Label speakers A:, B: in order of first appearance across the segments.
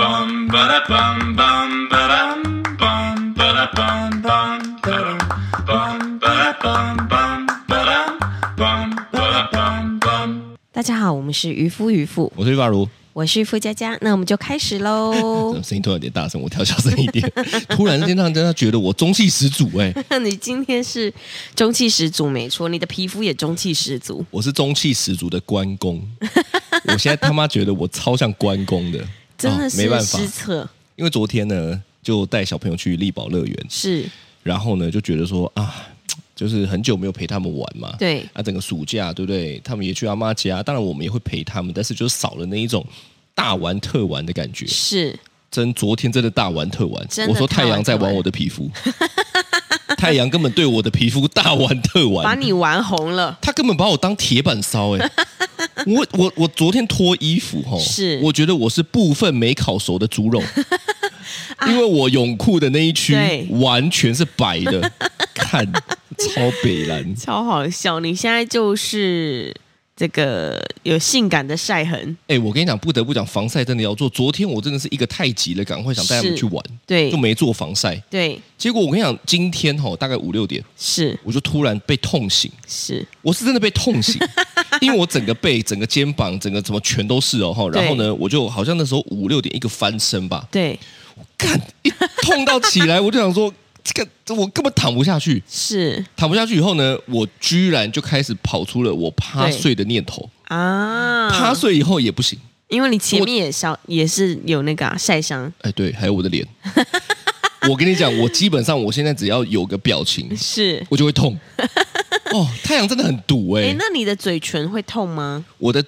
A: bum ba da bum bum ba dum bum ba da bum bum ba dum bum ba da bum bum ba dum bum ba da bum bum.
B: 大家好，我们是渔夫渔妇，
C: 我是玉发如，
B: 我是付佳佳，那我们就开始喽
C: 嗯。声音突然有点大声，我调小声一 点。突然间让大家觉得我中气十足、哎，
B: 你今天是中气十足，没错，你的皮肤也中气十足。
C: 我是中气十足的关公。我现在他妈觉得我超像关公的，
B: 真的
C: 哦
B: 是
C: 没办法
B: 失，策，
C: 因为昨天呢就带小朋友去力宝乐园，
B: 是
C: 然后呢就觉得说啊，就是很久没有陪他们玩嘛，
B: 对
C: 啊，整个暑假对不对？他们也去阿妈家，当然我们也会陪他们，但是就少了那一种大玩特玩的感觉。
B: 是，
C: 真昨天真的大玩特玩
B: 真，的
C: 我说太阳在玩我的皮肤， 太阳根本对我的皮肤大玩特
B: 把
C: 玩，
B: 你玩红了，
C: 他根本把我当铁板烧哎、我我我昨天脱衣服吼，
B: 是
C: 我觉得我是部分没烤熟的 猪肉，因为我泳裤的那一区
B: 对
C: 完全是白的，看超 北蓝，
B: 超好笑。你现在就是这个有性感的晒痕，
C: 哎、我跟你讲，不得不讲，防晒真的要做。昨天我真的是一个太急了，赶快想带他们
B: 是
C: 去玩，
B: 对
C: 就没做防晒。
B: 对，
C: 结果我跟你讲，今天吼、大概五六点，
B: 是
C: 我就突然被痛醒，
B: 是，
C: 我是真的被痛醒，因为我整个背、整个肩膀、整个什么全都是哦哈。然后呢，我就好像那时候五六点一个翻身吧，
B: 对
C: 干一痛到起来，我就想说这个这我根本躺不下去，
B: 是
C: 躺不下去以后呢，我居然就开始跑出了我趴睡的念头，
B: 啊，
C: 趴睡以后也不行，
B: 因为你前面也烧，也是有那个、啊、晒伤，
C: 哎对，还有我的脸，我跟你讲，我基本上我现在只要有个表情，
B: 是。
C: 我就会痛。哦，太阳真的很毒哎、
B: 哎，那你的嘴唇会痛吗？
C: 我的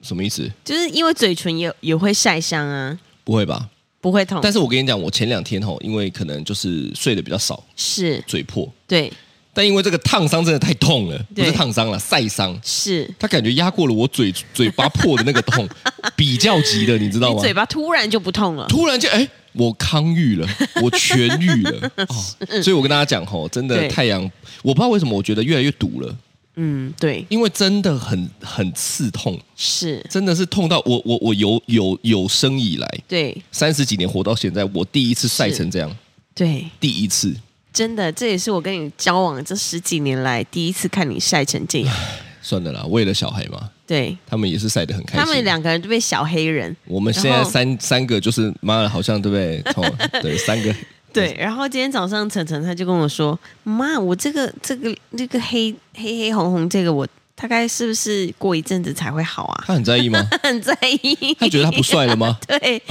C: 什么意思？
B: 就是因为嘴唇也也会晒伤啊，
C: 不会吧？
B: 不会痛，
C: 但是我跟你讲，我前两天吼，因为可能就是睡得比较少，
B: 是
C: 嘴破，
B: 对
C: 但因为这个烫伤真的太痛了，不
B: 对
C: 是烫伤了，晒伤，
B: 是，
C: 它感觉压过了我嘴嘴巴破的那个痛，比较急的，你知道
B: 你
C: 吗？
B: 嘴巴突然就不痛了，
C: 突然间，哎，我康愈了，我痊愈 了，哦，所以我跟大家讲吼，真的
B: 对
C: 太阳，我不知道为什么我觉得越来越堵了，
B: 嗯，对，
C: 因为真的很很刺痛，
B: 是，
C: 真的是痛到我我我有有有生以来
B: 对
C: 三十几年活到现在，我第一次晒
B: 是
C: 成这样，
B: 对，
C: 第一次。
B: 真的，这也是我跟你交往这十几年来第一次看你晒成这样，
C: 算了啦，为了小孩嘛，
B: 对
C: 他们也是晒得很开心。
B: 他们，两个人都被小黑人，
C: 我们现在
B: 然后
C: 三三个就是妈的，好像对 不对？从对三个
B: 对，然后今天早上晨晨他就跟我说：“妈，我这个这个那个黑黑黑红红这个，我大概是不是过一阵子才会好啊
C: 他很在意吗？？”
B: 很在意，
C: 他觉得他不帅 了吗？
B: 对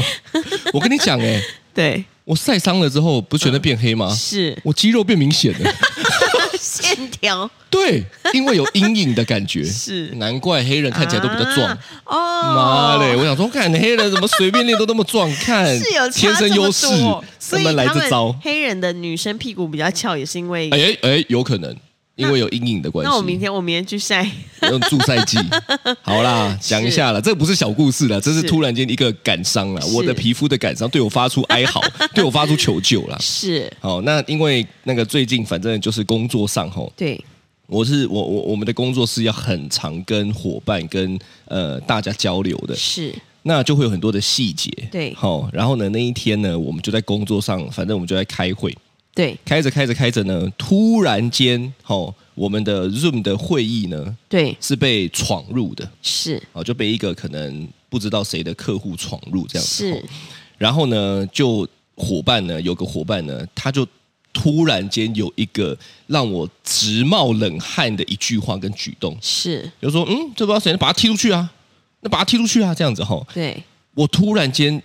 C: 我跟你讲哎、
B: 对
C: 我晒伤了之后不是全都变黑吗？
B: 是
C: 我肌肉变明显 了，
B: 线条
C: 对，因为有阴影的感觉，
B: 是
C: 难怪黑人看起来都比较壮。
B: 啊哦，
C: 妈嘞！我想说，看黑人怎么随便练都那么 壮，看
B: 是有差
C: 嗯天生
B: 这么
C: 优势
B: 多，哦
C: 怎
B: 所以
C: 么来
B: 他
C: 这
B: 们
C: 招？
B: 黑人的女生屁股比较翘，也是因为。
C: 哎哎，有可能，因为有阴影的关系。
B: 那我明天我明天去晒，
C: 用助赛剂。好啦，讲一下啦，这不是小故事啦，这是
B: 是
C: 突然间一个感伤啦，
B: 是
C: 我的皮肤的感伤对我发出哀嚎，对我发出求救啦。
B: 是
C: 好，那因为那个最近反正就是工作上吼，
B: 对
C: 我是我我我们的工作是要很常跟伙伴跟呃大家交流的，
B: 是
C: 那就会有很多的细节。
B: 对
C: 好，然后呢那一天呢，我们就在工作上，反正我们就在开会，
B: 对
C: 开着开着开着呢，突然间吼，我们的 Zoom 的会议呢
B: 对
C: 是被闯入的。
B: 是
C: 啊，就被一个可能不知道谁的客户闯入这样子。
B: 是
C: 吼然后呢，就伙伴呢，有个伙伴呢，他就突然间有一个让我直冒冷汗的一句话跟举动，
B: 是，
C: 就说：“嗯，这不知道谁，把他踢出去啊，那把他踢出去啊，这样子哈。吼
B: 对
C: 我突然间。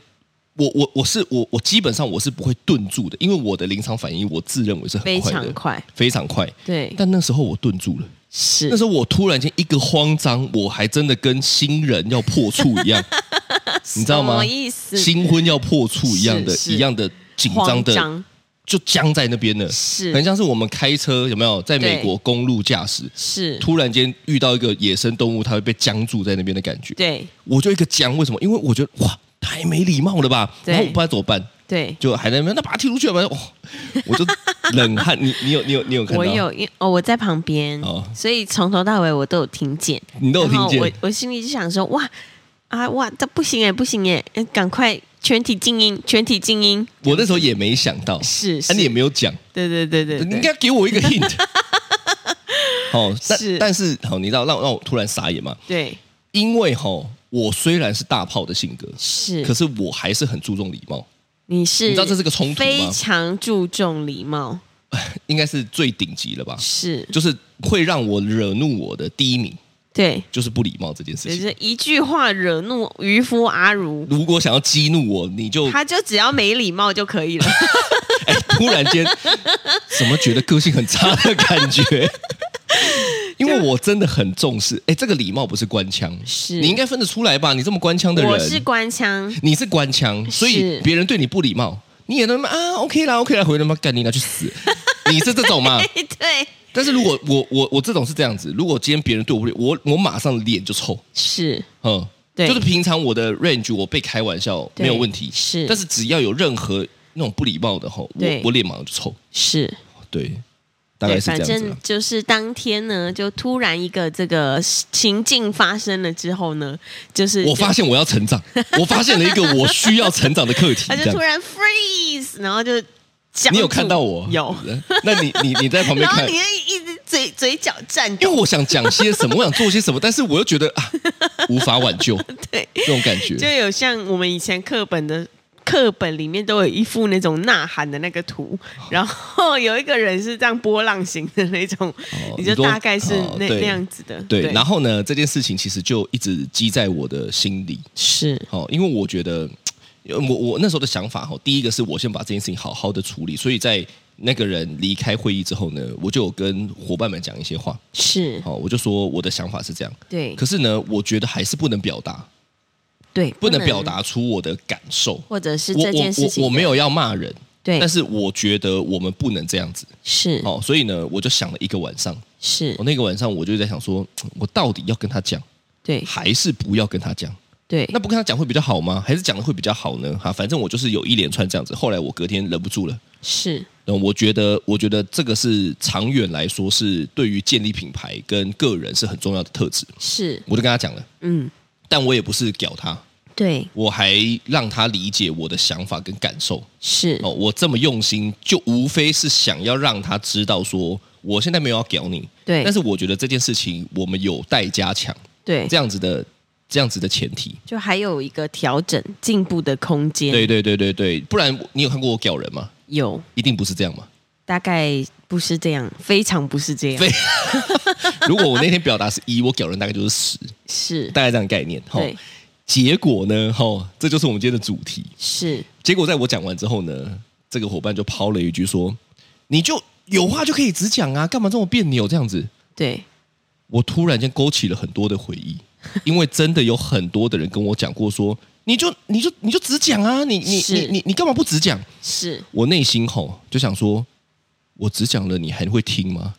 C: 我我我是我我基本上我是不会顿住的，因为我的临场反应我自认为是很
B: 非
C: 快的，
B: 常快，
C: 非常快。
B: 对
C: 但那时候我顿住了，
B: 是
C: 那时候我突然间一个慌张，我还真的跟新人要破处一 样，你知道
B: 什
C: 吗
B: 么？意思？
C: 新婚要破处一样的
B: 是，是
C: 一样的紧张
B: 慌
C: 的，
B: 张
C: 就僵在那边了。很
B: 是
C: 像是我们开车有没有在美
B: 对
C: 国公路驾驶，
B: 是，
C: 突然间遇到一个野生动物，它会被僵住在那边的感觉。
B: 对
C: 我就一个僵，为什么？因为我觉得哇，太没礼貌了吧。
B: 对
C: 然后我不知道怎么办，
B: 对，
C: 就还在那边，那把它踢出去吧。哇，我就冷汗。你你有你有你有看到？
B: 我，有因哦，我在旁边
C: 哦，
B: 所以从头到尾我都有听见，
C: 你都有
B: 然
C: 听
B: 后
C: 见
B: 我？我心里就想说，哇啊哇，这不行哎，不行哎，赶快全体静音，全体静音，
C: 我那时候也没想到，
B: 是
C: 啊，
B: 是，
C: 你也没有讲，
B: 对对对对，对
C: 你应该给我一 个 hint。哦，但
B: 是
C: 但是好，你知道让让我突然傻眼嘛？
B: 对
C: 因为哈、哦，我虽然是大炮的性格，
B: 是，
C: 可是我还是很注重礼貌，
B: 你是
C: 你知道这是个冲突
B: 非
C: 吗？
B: 常注重礼貌，
C: 应该是最顶级了吧？
B: 是
C: 就是会让我惹怒我的第一名，
B: 对，
C: 就是不礼貌这件事
B: 就
C: 情。
B: 是一句话惹怒渔夫阿如，
C: 如果想要激怒我，你就
B: 他就只要没礼貌就可以了。
C: 哎，突然 间怎么觉得个性很差的感 觉？因为我真的很重视，哎，这个礼貌不是官腔，
B: 是
C: 你应该分得出来吧？你这么官腔的
B: 我是
C: 人，
B: 官腔，
C: 你是官腔，所以
B: 是
C: 别人对你不礼貌，你也他妈啊 OK 啦 OK 啦，回他妈干你啦去死！ 你是这种嘛？
B: 对，
C: 但是如果我我我这种是这样子，如果今天别人对我不礼，我我马上脸就臭，
B: 是
C: 嗯，
B: 对
C: 就是平常我的 range 我被开玩笑
B: 对
C: 没有问题，
B: 是
C: 但是只要有任何那种不礼貌的吼，我
B: 对
C: 我脸马上就臭，
B: 是，
C: 对，大概
B: 对，
C: 是这
B: 反
C: 样子啦
B: 正。就是当天呢，就突然一个这个情境发生了之后呢，就是
C: 我发现我要 成长，我发现了一个我需要成长的课题。
B: 他
C: 这
B: 就
C: 样
B: 突，然 freeze，然后就讲
C: 你有看到我？
B: 有，。
C: 那你你你在旁边
B: 然后
C: 看
B: 你，就一直嘴嘴角颤
C: 因
B: 抖，
C: 为我想讲些 什么，我想做些什么，但是我又觉得啊，无法挽救
B: 对，
C: 这种感觉。
B: 就有像我们以前课本的课本里面都有一幅那种呐喊的那个图，
C: 哦
B: 然后有一个人是这样波浪形的那种，你就
C: 你说
B: 大概是
C: 哦
B: 那、
C: 对
B: 那样子的。
C: 对，然
B: 后
C: 后呢，这件事情其实就一直积在我的心里。
B: 是
C: 哦，因为我觉得，呃我我那时候的想法哈、哦，第一个是我先把这件事情好好的处理，所以在那个人离开会议之后呢，我就有跟伙伴们讲一些话，
B: 是，
C: 好、我就说我的想法是这样，
B: 对
C: 哦可是呢，我觉得还是不能表达，
B: 对，
C: 不能表，达出我的感受。
B: 或者是
C: 我
B: 这
C: 我
B: 件事
C: 我
B: 情
C: 我没有要骂人，
B: 对，
C: 但是我觉得我们不能这样子。
B: 是
C: 哦，所以呢，我就想了一个晚上，哦
B: 是
C: 我，那个晚上我就在想说，我到底要跟他讲，
B: 对
C: 还是不要跟他讲？
B: 对
C: 那不跟他讲会比较好吗？还是讲的会比较好呢？哈、反正我就是有一连串这样子。后来我隔天忍不住了，
B: 是
C: 嗯，我觉得，我觉得这个是长远来说是对于建立品牌跟个人是很重要的特质。
B: 是，
C: 我就跟他讲了，
B: 嗯，
C: 但我也不是屌他，
B: 对
C: 我还让他理解我的想法跟感受。
B: 是
C: 哦，我这么用心，就无非是想要让他知道说，我现在没有要屌你，
B: 对
C: 但是我觉得这件事情我们有待加强，
B: 对
C: 这样子的这样子的前提。
B: 就还有一个调整进步的空间，
C: 对对对对对，不然你有看过我屌人吗？
B: 有
C: 一定不是这样嘛。
B: 大概不是这样，非常不是这样
C: 非，如果我那天表达是一，我屌人大概就是十，
B: 是，
C: 大概这样的概念。哈
B: 对，
C: 结果呢，哈，这就是我们今天的主题。
B: 是
C: 结果在我讲完之后呢，这个伙伴就抛了一句说：“你就有话就可以直讲啊，干嘛这么别扭这样子
B: 对，？”
C: 我突然间勾起了很多的回忆，因为真的有很多的人跟我讲过说：“你就你就你就只讲啊，你你
B: 是
C: 你你你干嘛不只讲
B: 是？”
C: 我内心吼就想说：“我只讲了，你还会听吗？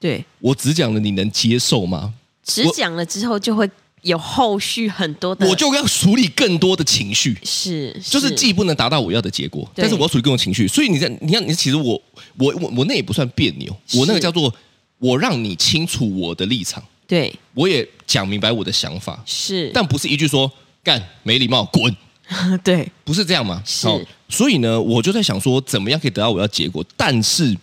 B: 对，
C: 我只讲了，你能接受吗？”
B: 只讲了之后就会有后续很多的，
C: 我就要处理更多的情绪，
B: 是
C: 就是既不能达到我要的结果，
B: 对
C: 但是我要处理更多情绪。所以你在，你看，你其实我我我我那也不算别扭，
B: 是
C: 我那个叫做我让你清楚我的立场，
B: 对
C: 我也讲明白我的想法，
B: 是，
C: 但不是一句说干没礼貌滚，
B: 对
C: 不是这样吗？
B: 是
C: 所以呢，我就在想说，怎么样可以得到我要的结果？但是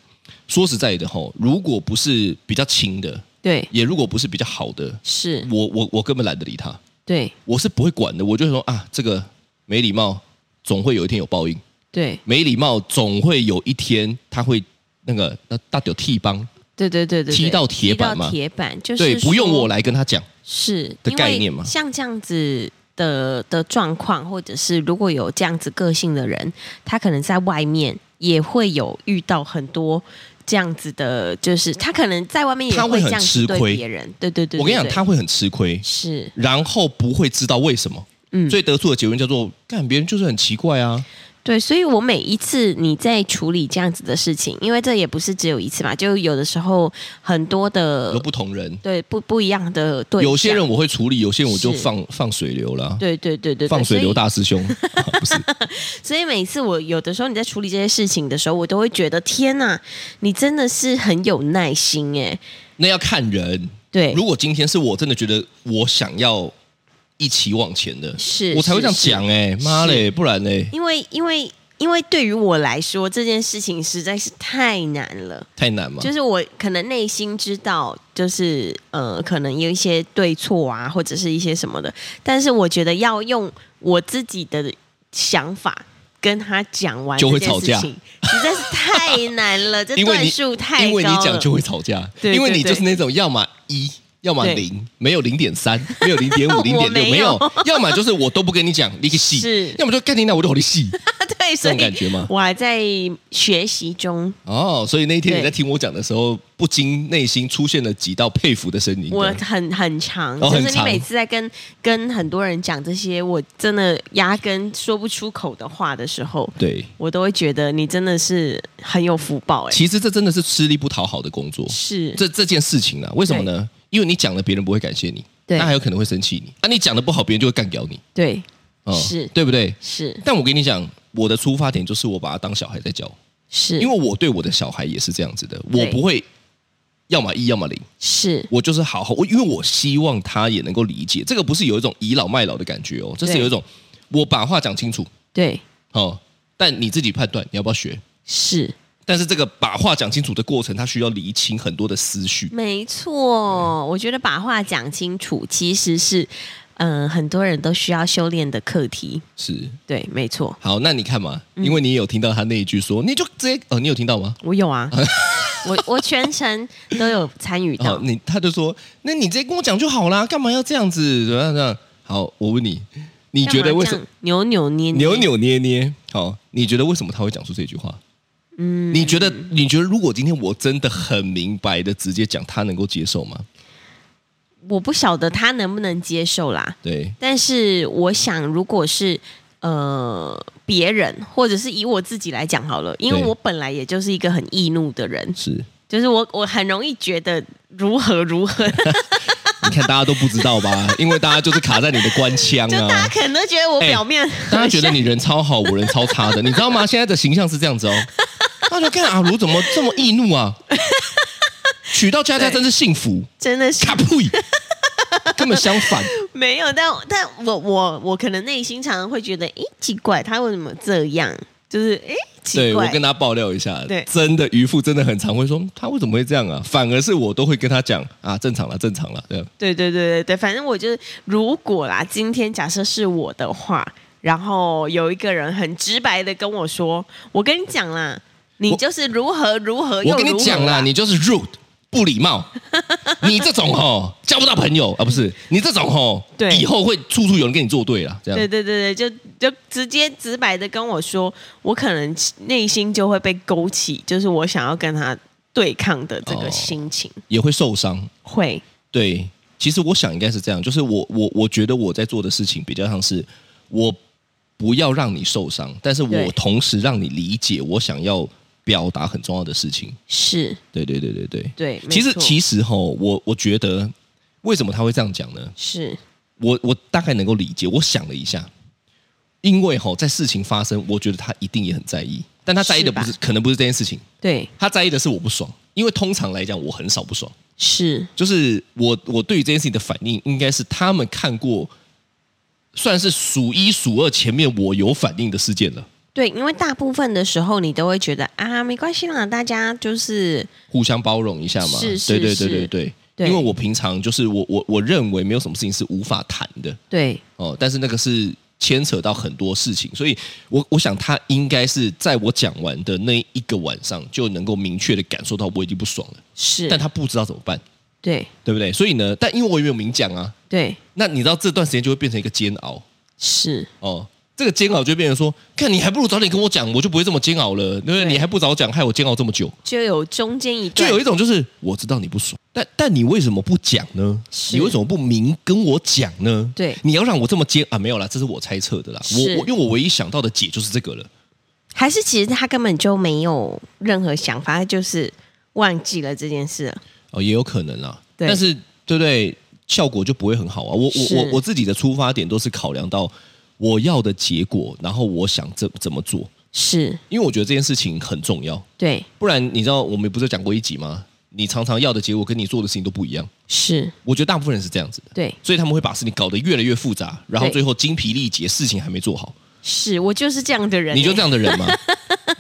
C: 说实在的吼，如果不是比较轻的，
B: 对
C: 也如果不是比较好的，
B: 是，
C: 我我我根本懒得理他。
B: 对
C: 我是不会管的，我就说啊，这个没礼貌，总会有一天有报应，
B: 对
C: 没礼貌总会有一天他会那个那大屌替帮，
B: 对对对对，
C: 踢
B: 对
C: 到铁板嘛
B: 踢到铁板就是
C: 对，不用
B: 说
C: 我来跟他讲，
B: 是
C: 的
B: 因
C: 概
B: 为
C: 念嘛
B: 像这样子的的状况，或者是如果有这样子个性的人，他可能在外面也会有遇到很多这样子的，就是他可能在外面也
C: 他会
B: 这
C: 很
B: 样
C: 吃
B: 子对
C: 亏
B: 别人。对对对
C: 我跟你讲，
B: 对
C: 他会很吃亏，
B: 是
C: 然后不会知道为什么，
B: 嗯
C: 所以得出的结论叫做干别人就是很奇怪啊，
B: 对，所以我每一次你在处理这样子的事情，因为这也不是只有一次嘛，就有的时候很多的
C: 有不同人，
B: 对不不一样的呃对象，
C: 有些人我会处理，有些人我就是放放水流啦，
B: 对对对对对
C: 放水
B: 所以
C: 流大 师兄，啊不是
B: 所以每次我有的时候你在处理这些事情的时候，我都会觉得天呐，你真的是很有耐心诶。欸
C: 那要看人，
B: 对
C: 如果今天是我真的觉得我想要一起往前的，
B: 是
C: 我才会这样
B: 是是
C: 讲哎、妈嘞，不然欸嘞
B: 因为因为因为对于我来说，这件事情实在是太难了。
C: 太难嘛。
B: 就是我可能内心知道，就是呃，可能有一些对错啊，或者是一些什么的，但是我觉得要用我自己的想法跟他讲完
C: 就会
B: 这件事
C: 吵架
B: 情，实在是太难了，这
C: 因为
B: 段
C: 你
B: 数太高了。
C: 因为你讲就会吵架，
B: 对对
C: 因为你
B: 对
C: 就是那种要么一，要么
B: 对
C: 零，没有零 点三，没有零点五、零点六，
B: 没
C: 没
B: 有
C: 有，要么就是我都不跟你讲，你去
B: 是
C: 戏，要么就干你那我就好你戏，
B: 对，所以
C: 这种感觉吗
B: 我还在学习中，
C: 哦，所以那一天
B: 对
C: 你在听我讲的时候，不禁内心出现了几道佩服的声音。
B: 我很很长，
C: 哦
B: 就
C: 很
B: 是你
C: 长
B: 每次在跟跟很多人讲这些我真的压根说不出口的话的时候，
C: 对，
B: 我都会觉得你真的是很有福报哎、
C: 其实这真的是吃力不讨好的工作。
B: 是，
C: 这这件事情呢、啊为什么呢？因为你讲了，别人不会感谢你，
B: 对
C: 那还有可能会生气你。啊，你讲的不好，别人就会干掉你，
B: 对，
C: 哦
B: 是
C: 对不对？
B: 是
C: 但我跟你讲，我的出发点就是我把他当小孩在教，
B: 是，
C: 因
B: 为
C: 为我对我的小孩也是这样子的，
B: 对
C: 我不会要么一，要么零，
B: 是
C: 我就是好好，我因为我希望他也能够理解，这个不是有一种倚老卖老的感觉哦，这是
B: 对
C: 有一种我把话讲清楚
B: 对
C: 哦，但你自己判断你要不要学。
B: 是，
C: 但是这个把话讲清楚的过程，他需要理清很多的思绪。
B: 没错。我觉得把话讲清楚，其实是嗯、呃很多人都需要修炼的课题。
C: 是，
B: 对，没错，
C: 好，那你看嘛，
B: 嗯
C: 因为你也有听到他那一句说，你就直接哦，你有听到吗？
B: 我有 啊，我我全程都有参与
C: 好，
B: 到。
C: 哦你他就说，那你直接跟我讲就好啦，干嘛要这样子？怎么样怎么样？好，我问你，你
B: 你
C: 觉得为什么
B: 扭扭捏捏？
C: 扭扭捏捏？好，你觉得为什么他会讲出这句话？嗯，你觉得你觉得如果今天我真的很明白的直接讲，他能够接受吗？
B: 我不晓得他能不能接受啦，
C: 对，
B: 但是我想，如果是呃别人，或者是以我自己来讲好了，因为
C: 对
B: 我本来也就是一个很易怒的人，
C: 是。
B: 就是我我很容易觉得如何如 何，
C: 你看大家都不知道吧？因为大家就是卡在你的官腔
B: 就大
C: 啊
B: 家。可能都觉得我
C: 哎
B: 表面、
C: 大家觉得你人超好，我人超差的，你知道吗？现在的形象是这样子哦。大家看阿如怎么这么易怒啊？娶到佳佳真是幸福，
B: 真的是
C: 卡呸！根本相反，
B: 没有，但但我我我可能内心常常会觉得，诶，奇怪，他为什么这样？就是诶，奇
C: 对我
B: 怪，
C: 跟他爆料一下，
B: 对
C: 真的渔夫真的很常会说他为什么会这样啊？反而是我都会跟他讲啊，正常了，正常了，对，
B: 对对对对对，反正我就是，如果啦，今天假设是我的话，然后有一个人很直白的跟我说，我跟你讲啦，你
C: 我
B: 就是如何如何又
C: 我跟
B: 如
C: 你
B: 何
C: 讲啦，你就是 rude 不礼貌，你这种吼交不到朋友啊，不是你这种吼，
B: 对
C: 以后会处处有人跟你作对啦，这样
B: 对对对对，就就直接直白的跟我说，我可能内心就会被勾起，就是我想要跟他对抗的这个
C: 哦
B: 心情，
C: 也会受伤，
B: 会
C: 对，其实我想应该是这样，就是我我我觉得我在做的事情比较像是我不要让你受伤，但是
B: 对
C: 我同时让你理解我想要表达很重要的事情。
B: 是
C: 对对对对对。
B: 对，没
C: 其实
B: 错
C: 其实哈，我我觉得为什么他会这样讲呢？
B: 是
C: 我我大概能够理解，我想了一下，因为哈，在事情发生，我觉得他一定也很在意，但他在意的不是
B: 是
C: 可能不是这件事情，
B: 对
C: 他在意的是我不爽，因为通常来讲我很少不爽。
B: 是
C: 就是我我对于这件事情的反应，应该是他们看过，算是数一数二前面我有反应的事件了，
B: 对，因为大部分的时候你都会觉得啊，没关系啦，大家就是
C: 互相包容一下嘛。
B: 是是
C: 对对对
B: 是
C: 对对，
B: 对
C: 因为我平常就是我我我认为没有什么事情是无法谈的
B: 对
C: 哦，但是那个是牵扯到很多事情，所以我我想他应该是在我讲完的那一个晚上就能够明确的感受到我已经不爽了，
B: 是，
C: 但他不知道怎么办，
B: 对
C: 对不对？所以呢，但因为我也没有明讲啊，
B: 对
C: 那你知道这段时间就会变成一个煎熬。
B: 是，
C: 哦，这个煎熬就变成说，看你还不如早点跟我讲，我就不会这么煎熬了，对不
B: 对
C: 对？你还不早讲，害我煎熬这么久。
B: 就有中间一
C: 就
B: 段
C: 有一种就是我知道你不爽，但但你为什么不讲呢？
B: 是
C: 你为什么不明跟我讲呢？
B: 对
C: 你要让我这么煎啊？没有啦，这是我猜测的啦。我
B: 是
C: 我因为我唯一想到的解就是这个了。
B: 还是其实他根本就没有任何想法，他就是忘记了这件事了。
C: 哦，也有可能啦。
B: 对
C: 但是对不对？效果就不会很好啊。我我
B: 是
C: 我我自己的出发点都是考量到我要的结果，然后我想这怎么做，
B: 是
C: 因为我觉得这件事情很重要。
B: 对
C: 不然你知道我们不是讲过一集吗？你常常要的结果跟你做的事情都不一样。
B: 是
C: 我觉得大部分人是这样子的，
B: 对，
C: 所以他们会把事情搞得越来越复杂，然后
B: 对
C: 最后精疲力竭，事情还没做好。
B: 是我就是这样的人、
C: 你就这
B: 样，
C: 样的 人吗？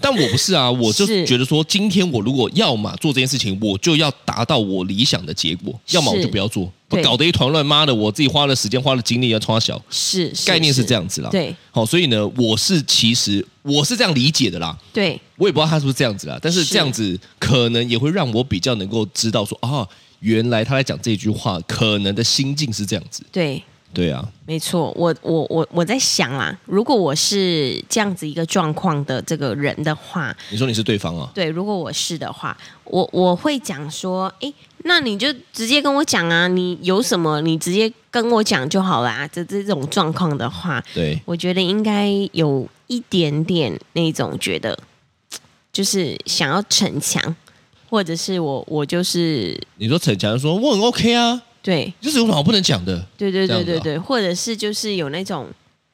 C: 但我不是啊，我就是觉得说，今天我如果要嘛做这件事情，我就要达到我理想的结果，要么我就不要做，我
B: 对
C: 搞得一团乱，妈的，我自己花了时间，花了精力要穿小，
B: 欸是是
C: 概念是这，样子啦。
B: 对
C: 好，所以呢，我是其实我是这样理解的啦，
B: 对，
C: 我也不知道他是不是这样子啦，但是
B: 是
C: 这样子可能也会让我比较能够知道说，啊，原来他在讲这句话，可能的心境是这样子。
B: 对，
C: 对啊，
B: 没错，我我我我在想啦，如果我是这样子一个状况的这个人的话，
C: 你说你是对方啊，
B: 对，如果我是的话，我我会讲说，诶，那你就直接跟我讲啊，你有什么你直接跟我讲就好啦。这这种状况的话，
C: 对，
B: 我觉得应该有一点点那种觉得，就是想要逞强，或者是我我就是
C: 你说逞强说我很 OK 啊，
B: 对
C: 就是有什么好不能讲的？
B: 对对
C: 这样
B: 对
C: 子啊
B: 对对，或者是就是有那种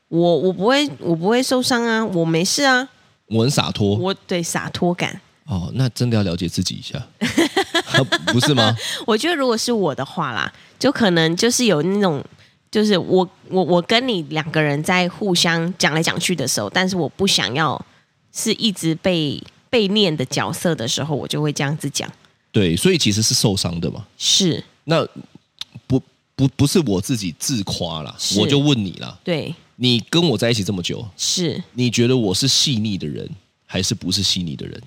B: 我我不会我不会受伤啊，我没事啊，
C: 我很洒脱，
B: 我对洒脱感。
C: 哦，那真的要了解自己一下，啊不是 吗？
B: 我觉得如果是我的话啦，就可能就是有那种，就是我我我跟你两个人在互相讲来讲去的时候，但是我不想要是一直被被念的角色的时候，我就会这样子讲。
C: 对，所以其实是受伤的嘛。
B: 是
C: 那不不不是我自己自夸啦，
B: 是
C: 我就问你啦，
B: 对，
C: 你跟我在一起这么久，
B: 是
C: 你觉得我是细腻的人，还是不是细腻的人？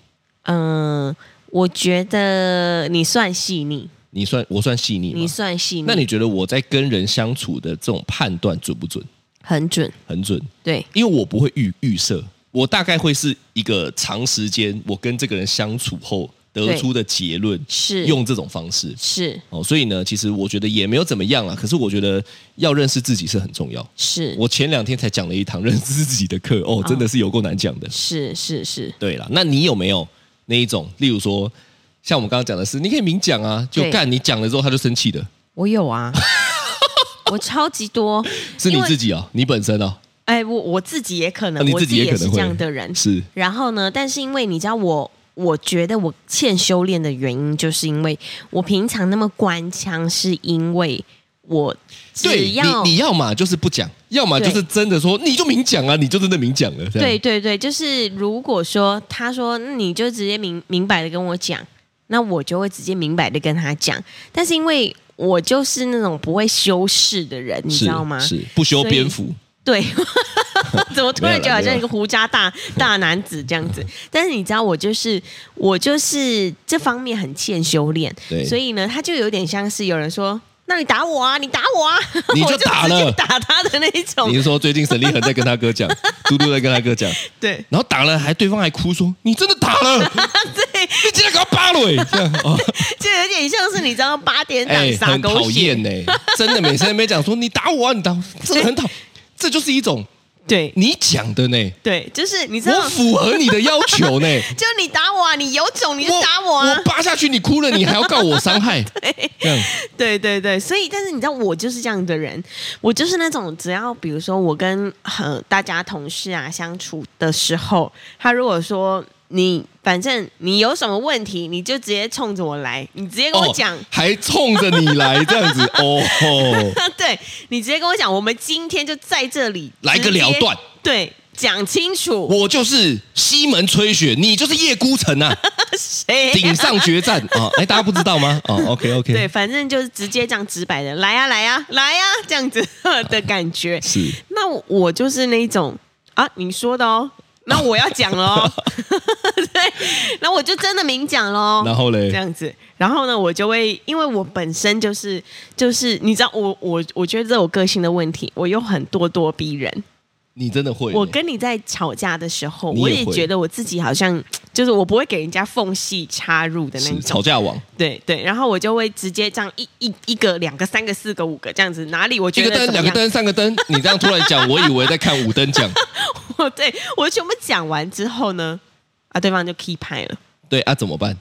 B: 嗯、我觉得你算细腻，
C: 你算我算细腻吗
B: 你？算细腻，
C: 那你觉得我在跟人相处的这种判断准不准？
B: 很准，
C: 很准，
B: 对
C: 因为我不会预预设，我大概会是一个长时间我跟这个人相处后得
B: 对
C: 出的结论，
B: 是
C: 用这种方式。
B: 是
C: 哦，所以呢，其实我觉得也没有怎么样啦。啊可是我觉得要认识自己是很重要。
B: 是
C: 我前两天才讲了一堂认识自己的课，
B: 啊
C: 哦，真的是有够难讲的。
B: 是是是
C: 对啦，那你有没有那一种，例如说，像我们刚刚讲的是，你可以明讲啊，就
B: 对
C: 干你讲了之后他就生气的，
B: 我有啊， 我超级多，
C: 是你
B: 因为
C: 自己啊，你本身啊，
B: 哎，我我自己也可能，
C: 啊你
B: 我
C: 自己也
B: 也
C: 可能
B: 是
C: 会
B: 这样的人。
C: 是
B: 然后呢，但是因为你知道我。我觉得我欠修炼的原因，就是因为我平常那么官腔，是因为我
C: 对
B: 只
C: 你
B: 要
C: 你要嘛就是不讲，要么就
B: 对
C: 是真的说你就明讲啊，你就真的明讲了，这样
B: 对对对，就是如果说他说嗯你就直接明明白的跟我讲，那我就会直接明白的跟他讲。但是因为我就是那种不会修饰的人，你
C: 是
B: 知道吗？
C: 是不修
B: 所以
C: 边幅，
B: 对， 怎么突然就好
C: 没有啦没有
B: 像
C: 啦
B: 一个胡渣 大大男子这样子？但是你知道，我就是我就是这方面很欠修炼，
C: 对
B: 所以呢，他就有点像是有人说：“那你打我啊，你打我啊，
C: 你
B: 我
C: 就打
B: 直接
C: 了
B: 打他的那一
C: 你
B: 种。
C: 是说最近沈立恒在跟他哥讲， 嘟嘟在跟他哥讲，”
B: 对，
C: 然后打了，还对方还哭说：“你真的打 了？你竟然给我扒了、欸！”这样哦，
B: 就有点像是你知道八点档
C: 哎、
B: 撒
C: 很讨
B: 狗血，
C: 厌呢、真的每次在那边讲说：“你打我 啊，你打我！”真的很讨，这就是一种
B: 对
C: 你讲的呢、
B: 对，就是你知
C: 我
B: 道，
C: 符合你的要求呢、
B: 就你打我啊，你有种你就
C: 我
B: 打我啊
C: 我，扒下去，你哭了，你还要告我伤害？这样
B: 对对对，所以但是你知道我就是这样的人，我就是那种只要比如说我跟呃大家同事啊相处的时候，他如果说你反正你有什么问题，你就直接冲着我来，你直接跟我讲，
C: 哦，还冲着你来这样子哦吼，
B: 对你直接跟我讲，我们今天就在这里
C: 来个了断，
B: 直接对，讲清楚，
C: 我就是西门吹雪，你就是叶孤城啊，
B: 哎
C: 顶上决战啊！哎、大家不知道吗？哦，OK OK，
B: 对，反正就是直接这样直白的，来呀、来呀、来呀、这样子的感觉。
C: 是。
B: 那我我就是那一种啊，你说的 哦，那我要讲了哦， 对，那我就真的明讲喽。
C: 然后嘞
B: 这样子，然后呢，我就会因为我本身就是就是你知道我我我觉得这有个性的问题，我又很咄咄逼人。
C: 你真的会呢、
B: 我跟你在吵架的时候，
C: 你也
B: 我也
C: 会
B: 觉得我自己好像就是我不会给人家缝隙插入的那
C: 是
B: 种。
C: 吵架王，
B: 对对，然后我就会直接这样一一一个、两个、三个、四个、五个这样子，哪里我
C: 一
B: 觉
C: 个
B: 得
C: 灯，
B: 怎么
C: 两
B: 样
C: 个，灯，三个灯，你这样突然讲，我以为在看五灯奖。
B: 我 对我全部讲完之后呢，啊，对方就 key 派了，
C: 对啊，怎么办？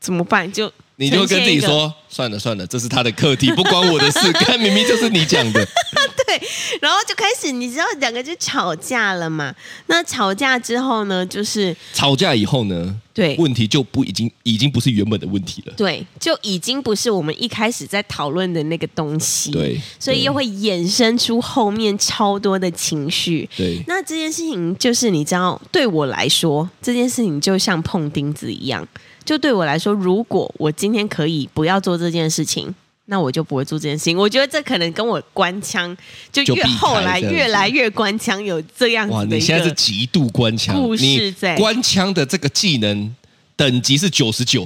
B: 怎么办？就
C: 你就
B: 呈
C: 跟
B: 现
C: 自己
B: 一个
C: 说，算了算了，这是他的课题，不关我的事。看明明就是你讲的，
B: 对，然后就开始，你知道两个就吵架了嘛？那吵架之后呢，就是
C: 吵架以后呢，
B: 对
C: 问题就不已经已经不是原本的问题了。
B: 对，就已经不是我们一开始在讨论的那个东西，
C: 对
B: 所以
C: 对
B: 又会衍生出后面超多的情绪。
C: 对
B: 那这件事情就是你知道，对我来说，这件事情就像碰钉子一样。就对我来说，如果我今天可以不要做这件事情，那我就不会做这件事情。我觉得这可能跟我官腔，就
C: 就
B: 越
C: 避开
B: 后来
C: 这样子
B: 越来越官腔有这样
C: 哇，
B: 子的
C: 你
B: 一
C: 现在是
B: 个。
C: 极度官腔
B: 故，事
C: 你
B: 在
C: 官腔的这个技能等级是九 十九，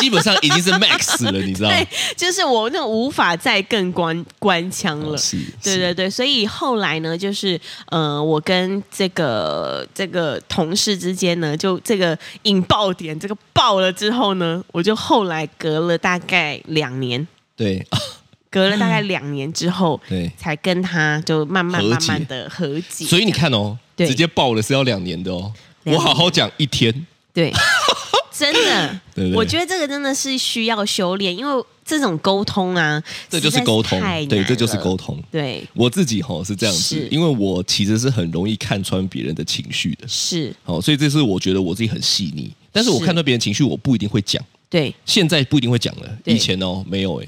C: 基本上已经是 max 了，你知道吗
B: 对？，就是我那种无法再更官官腔了。
C: 哦是，
B: 对
C: 是
B: 对对，所以后来呢，就是呃，我跟这个这个同事之间呢，就这个引爆点，这个爆了之后呢，我就后来隔了大概两年，
C: 对啊
B: 隔了大概两年之后，
C: 对
B: 才跟他就慢慢
C: 和
B: 慢
C: 解
B: 慢的和解。
C: 所以你，看哦，
B: 对
C: 直接爆了是要两年的哦。
B: 两年
C: 我好好讲一天，
B: 对，真的，
C: 对不对
B: 我觉得这个真的是需要修炼，因为这种沟通啊，
C: 这就是沟通，对，这就是沟
B: 通，
C: 通。
B: 对，
C: 我自己吼是这样子
B: 是，
C: 因为我其实是很容易看穿别人的情绪的，
B: 是，
C: 好，所以这是我觉得我自己很细腻。但是我
B: 是
C: 看到别人情绪，我不一定会讲，
B: 对，
C: 现在不一定会讲了。
B: 对
C: 以前哦，没有诶、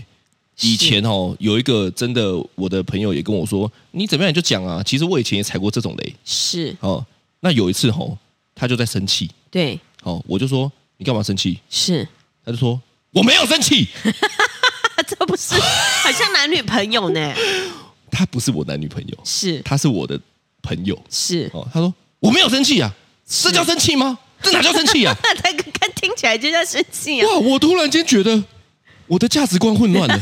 B: 是
C: 以前哦，有一个真的，我的朋友也跟我说，你怎么样你就讲啊。其实我以前也踩过这种雷
B: 是，
C: 哦。那有一次吼，他就在生气，
B: 对，
C: 哦，我就说你干嘛生气？
B: 是。
C: 他就说我没有生气，
B: 啊， 这不是很像男女朋友呢？
C: 他不是我男女朋友，
B: 是
C: 他是我的朋友。
B: 是，
C: 哦，他说我没有生气啊，这叫生气吗？这哪叫生气啊？
B: 那他看听起来就像生 气啊。
C: 哇！我突然间觉得我的价值观混 乱了。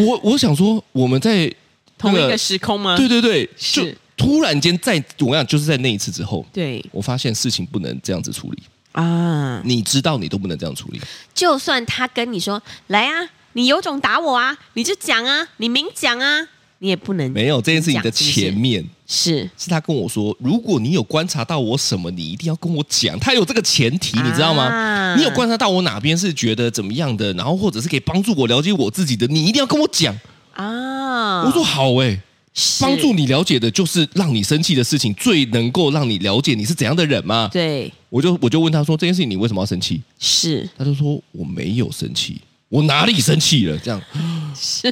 C: 我我想说，我们在、那
B: 同一个时空吗？
C: 对对对，就是突然间在我想就是在那一次之后，
B: 对
C: 我发现事情不能这样子处理。
B: 啊，
C: 你知道，你都不能这样处理。
B: 就算他跟你说来啊，你有种打我啊，你就讲啊，你明讲啊，你也不能
C: 没有这件事情
B: 讲
C: 的
B: 是不是
C: 前面。
B: 是
C: 是他跟我说，如果你有观察到我什么，你一定要跟我讲。他有这个前提，你知道吗？
B: 啊
C: 你有观察到我哪边是觉得怎么样的，然后或者是可以帮助我了解我自己的，你一定要跟我讲。
B: 啊。
C: 我说好哎、
B: 是
C: 帮助你了解的就是让你生气的事情，最能够让你了解你是怎样的人嘛。
B: 对
C: 我就我就问他说这件事情你为什么要生气？
B: 是
C: 他就说我没有生气，我哪里生气了？这样，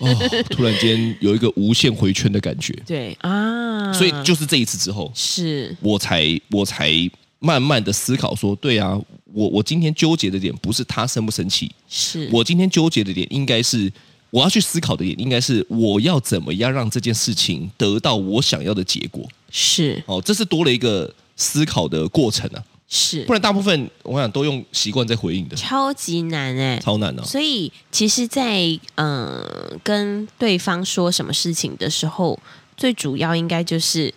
C: 哦，突然间有一个无限回圈的感觉。
B: 对啊，
C: 所以就是这一次之后，
B: 是
C: 我才我才慢慢的思考说，对啊，我我今天纠结的点不是他生不生气，
B: 是
C: 我今天纠结的点应该是我要去思考的点应该是我要怎么样让这件事情得到我想要的结果。
B: 是
C: 哦，这是多了一个思考的过程啊，
B: 是
C: 不，然大部分我想都用习惯在回应的，
B: 超级难哎、
C: 超难啊。
B: 所以，其实在，嗯跟对方说什么事情的时候，最主要应该就是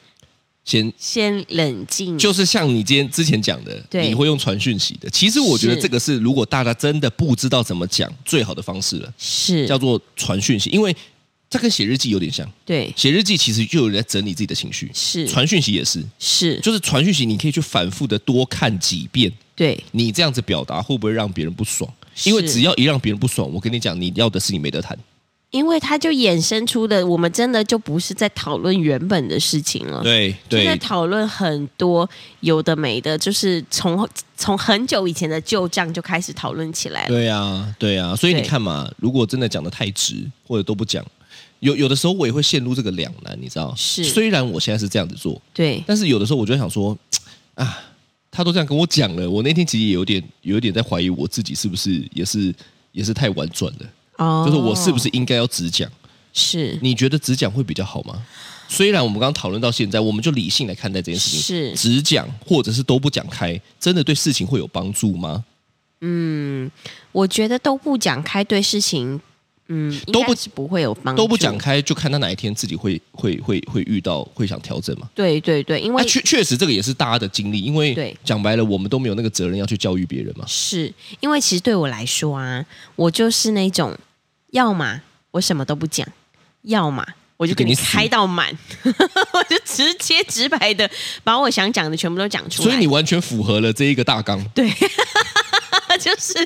C: 先
B: 先冷静，
C: 就是像你今天之前讲的，
B: 嗯对
C: 你会用传讯息的。其实我觉得
B: 是
C: 这个是如果大家真的不知道怎么讲，最好的方式了。
B: 是
C: 叫做传讯息，因为这跟写日记有点像。
B: 对，
C: 写日记其实就有人在整理自己的情绪，
B: 是
C: 传讯息也是，
B: 是，
C: 就是传讯息你可以去反复的多看几遍，
B: 对，
C: 你这样子表达会不会让别人不爽？
B: 是
C: 因为只要一让别人不爽，我跟你讲，你要的是你没得谈。
B: 因为它就衍生出的，我们真的就不是在讨论原本的事情了。
C: 对
B: 嗯就在
C: 对
B: 讨论很多有的没的，就是从从很久以前的旧账就开始讨论起来了。
C: 对啊对啊，所以你
B: 对
C: 看嘛，如果真的讲的太直或者都不讲，有有的时候我也会陷入这个两难，你知道？
B: 是
C: 虽然我现在是这样子做，
B: 对，
C: 但是有的时候我就会想说，啊，他都这样跟我讲了，我那天其实也有点有一点在怀疑我自己是不是也是也是太婉转了，
B: 哦
C: 就是我是不是应该要直讲？
B: 是
C: 你觉得直讲会比较好吗？虽然我们刚刚讨论到现在，我们就理性来看待这件事
B: 是
C: 情，直讲或者是都不讲开，真的对事情会有帮助吗？
B: 我觉得都不讲开对事情，嗯，应
C: 都
B: 该
C: 不
B: 嗯是不会有帮助，
C: 都不讲开，就看他哪一天自己会会会会遇到会想调整嘛。
B: 对对对，因
C: 那
B: 为、
C: 确确实这个也是大家的经历，因为
B: 对
C: 讲白了，我们都没有那个责任要去教育别人嘛。
B: 是因为其实对我来说啊，我就是那种要么我什么都不讲，要么我就
C: 就给
B: 给
C: 你
B: 你
C: 死
B: 开到满， 我就直接直白的把我想讲的全部都讲出来。
C: 所以你完全符合了这一个大纲。
B: 对，就是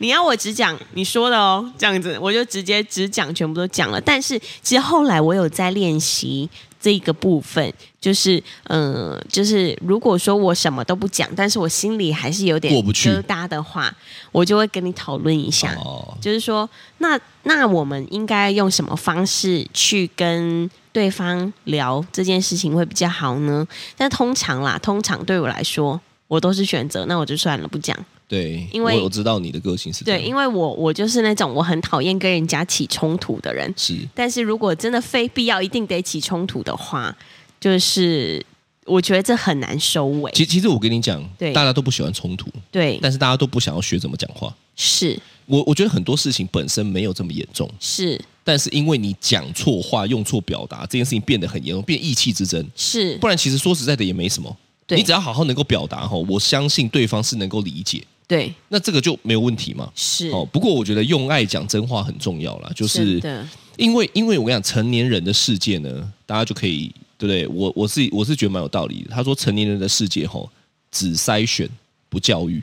B: 你要我只讲你说的哦，这样子我就直接只讲，全部都讲了。但是其实后来我有在练习这个部分，就是嗯、呃就是如果说我什么都不讲，但是我心里还是有点
C: 过不去
B: 疙瘩的话，我就会跟你讨论一下。
C: 哦，
B: 就是说，那那我们应该用什么方式去跟对方聊这件事情会比较好呢？但通常啦，通常对我来说，我都是选择那我就算了不讲。
C: 对，
B: 因为
C: 我我知道你的个性是这
B: 对，
C: 样，
B: 因为我我就是那种我很讨厌跟人家起冲突的人，
C: 是
B: 但是如果真的非必要一定得起冲突的话，就是我觉得这很难收尾。
C: 其其实我跟你讲，
B: 对
C: 大家都不喜欢冲突，
B: 对，
C: 但是大家都不想要学怎么讲话。
B: 是
C: 我我觉得很多事情本身没有这么严重，
B: 是
C: 但是因为你讲错话、用错表达，这件事情变得很严重，变意气之争。
B: 是
C: 不，然其实说实在的也没什么，
B: 对
C: 你只要好好能够表达哈，我相信对方是能够理解，
B: 对
C: 那这个就没有问题嘛。
B: 是，
C: 哦，不过我觉得用爱讲真话很重要啦，就
B: 真
C: 是
B: 的
C: 因为因为我跟你讲，成年人的世界呢，大家就可以对不对？我我是我是觉得蛮有道理的。他说，成年人的世界吼，只筛选不教育。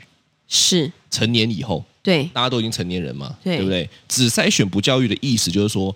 B: 是
C: 成年以后，
B: 对
C: 大家都已经成年人嘛，
B: 对
C: 不对？只筛选不教育的意思就是说，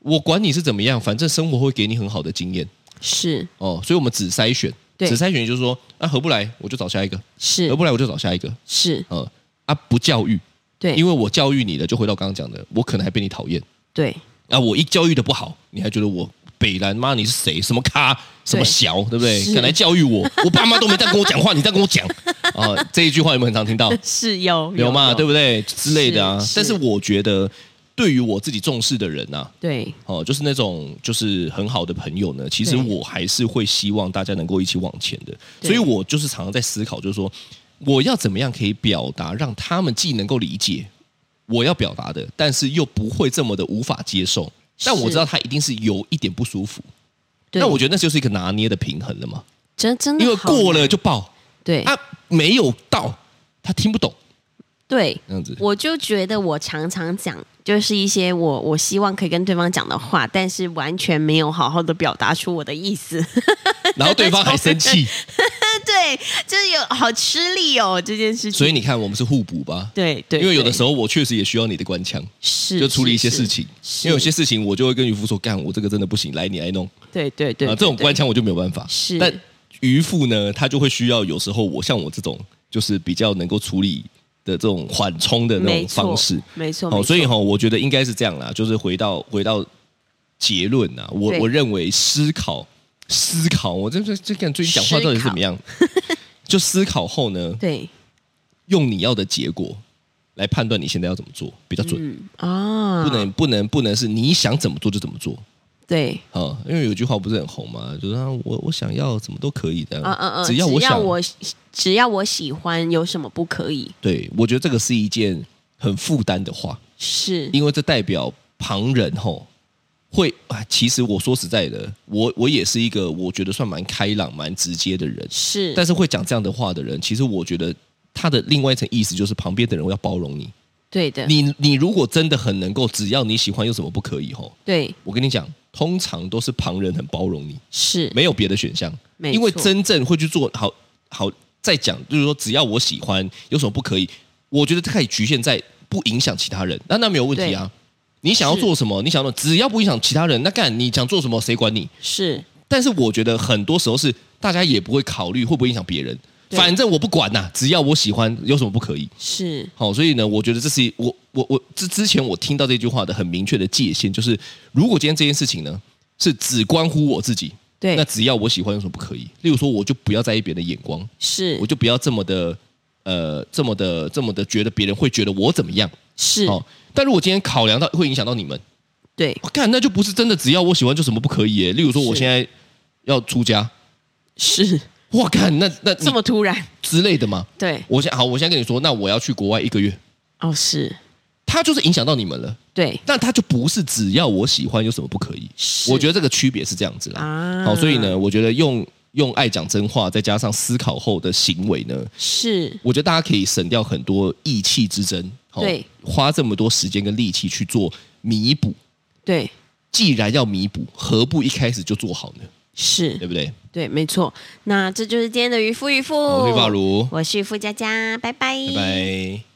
C: 我管你是怎么样，反正生活会给你很好的经验
B: 是
C: 哦。所以我们只筛选，
B: 对
C: 只筛选就是说，啊，合不来我就找下一个，
B: 是
C: 合不来我就找下一个，
B: 是，
C: 呃，啊，不教育，
B: 对，
C: 因
B: 为
C: 为我教育你了，就回到刚刚讲的，我可能还被你讨厌。
B: 对
C: 啊，我一教育的不好，你还觉得我北兰妈你是谁？什么咖？什么小？对不对？
B: 是
C: 敢来教育我？我爸妈都没这样跟我讲话，你这样跟我讲啊？这一句话有没有很常听到？
B: 是 有
C: 有嘛？对不对？之类的啊。
B: 是是
C: 但是我觉得，对于我自己重视的人啊，
B: 对？
C: 哦，就是那种就是很好的朋友呢，其实
B: 对
C: 我还是会希望大家能够一起往前的。
B: 对
C: 所以我就是常常在思考，就是说我要怎么样可以表达，让他们既能够理解我要表达的，但是又不会这么的无法接受。但我
B: 是
C: 知道他一定是有一点不舒服，
B: 对，
C: 那我觉得那就是一个拿捏的平衡了嘛。
B: 真真的
C: 因为
B: 好
C: 过了
B: 难
C: 就爆，
B: 对
C: 啊，没有到他听不懂
B: 对，
C: 这样子。
B: 我就觉得我常常讲就是一些我我希望可以跟对方讲的话，但是完全没有好好的表达出我的意 思。
C: 然后对方还 生气，
B: 对，就是有好吃力哦这件事情。
C: 所以你看我们是互补吧？
B: 对对，
C: 因为有的时
B: 候
C: 候我确实也需要你的官腔，
B: 是
C: 就处理一些事，
B: 是
C: 情。
B: 是
C: 因为有些事情我就会跟渔夫说：“干，我这个真的不行，来你来弄。
B: 是对对对
C: 啊，这种
B: 对
C: 官腔我就没有办法。
B: 是
C: 但渔夫呢，他就会需要有时候我像我这种，就是比较能够处理的这种缓冲的那
B: 没
C: 种
B: 错
C: 方式。
B: 没错，
C: 哦，
B: 没
C: 所以
B: 错
C: 哈、我觉得应该是这样啦，就是回到回到结论啊，我
B: 对
C: 我认为思考思考，我这这这看最近讲话到底是怎么样？就思考后呢，
B: 对
C: 用你要的结果来判断你现在要怎么做比较准，
B: 啊，
C: 不能不能不能是你想怎么做就怎么做
B: 对
C: 啊、因为有句话不是很红嘛，就是、啊、我我想要怎么都可以的，
B: 啊啊啊！
C: 呃只要我
B: 只要
C: 想，
B: 我只要我喜欢，有什么不可以？
C: 对我觉得这个是一件很负担的话，
B: 是
C: 因为这代表旁人吼会啊。其实我说实在的，我我也是一个我觉得算蛮开朗、蛮直接的人，
B: 是，
C: 但是会讲这样的话的人，其实我觉得他的另外一层意思就是旁边的人要包容你。
B: 对的，
C: 你你如果真的很能够，只要你喜欢，有什么不可以吼？
B: 对
C: 我跟你讲，通常都是旁人很包容你，
B: 是
C: 没有别的选项，
B: 没
C: 因为
B: 错
C: 真正会去做好好再讲，就是说只要我喜欢，有什么不可以？我觉得它可以局限在不影响其他人，那那没有问题啊。你想要做什么？你想要只要不影响其他人，那干你想做什么谁管你？
B: 是
C: 但是我觉得很多时候是大家也不会考虑会不会影响别人，
B: 对
C: 反正我不管呐、只要我喜欢，有什么不可以？
B: 是
C: 好，所以呢，我觉得这是我我我之之前我听到这句话的很明确的界限，就是如果今天这件事情呢是只关乎我自己，
B: 对
C: 那只要我喜欢有什么不可以？例如说，我就不要在意别人的眼光，
B: 是
C: 我就不要这么的呃，这么的这么的觉得别人会觉得我怎么样
B: 是
C: 哦。但如果今天考量到会影响到你们，
B: 对
C: 我、看那就不是真的只要我喜欢就什么不可以耶。例如说，我
B: 是
C: 现在要出家，
B: 是
C: 哇，看那那
B: 这
C: 这么
B: 么突然
C: 之类的嘛。
B: 对
C: 我现好，我现在跟你说，那我要去国外一个月，
B: 哦是
C: 它就是影响到你们了。
B: 对
C: 但他就不是只要我喜欢有什么不可以？
B: 是
C: 我觉得这个区别是这样子啦。
B: 啊
C: 好，所以呢，我觉得用用爱讲真话，再加上思考后的行为呢，
B: 是
C: 我觉得大家可以省掉很多意气之争。好
B: 对，
C: 花这么多时间跟力气去做弥补，
B: 对
C: 既然要弥补，何不一开始就做好呢？对
B: 是
C: 不对？
B: 对没错，那这就是今天的渔夫渔夫，
C: 我是法如，
B: 我是傅佳佳，拜拜
C: 拜拜。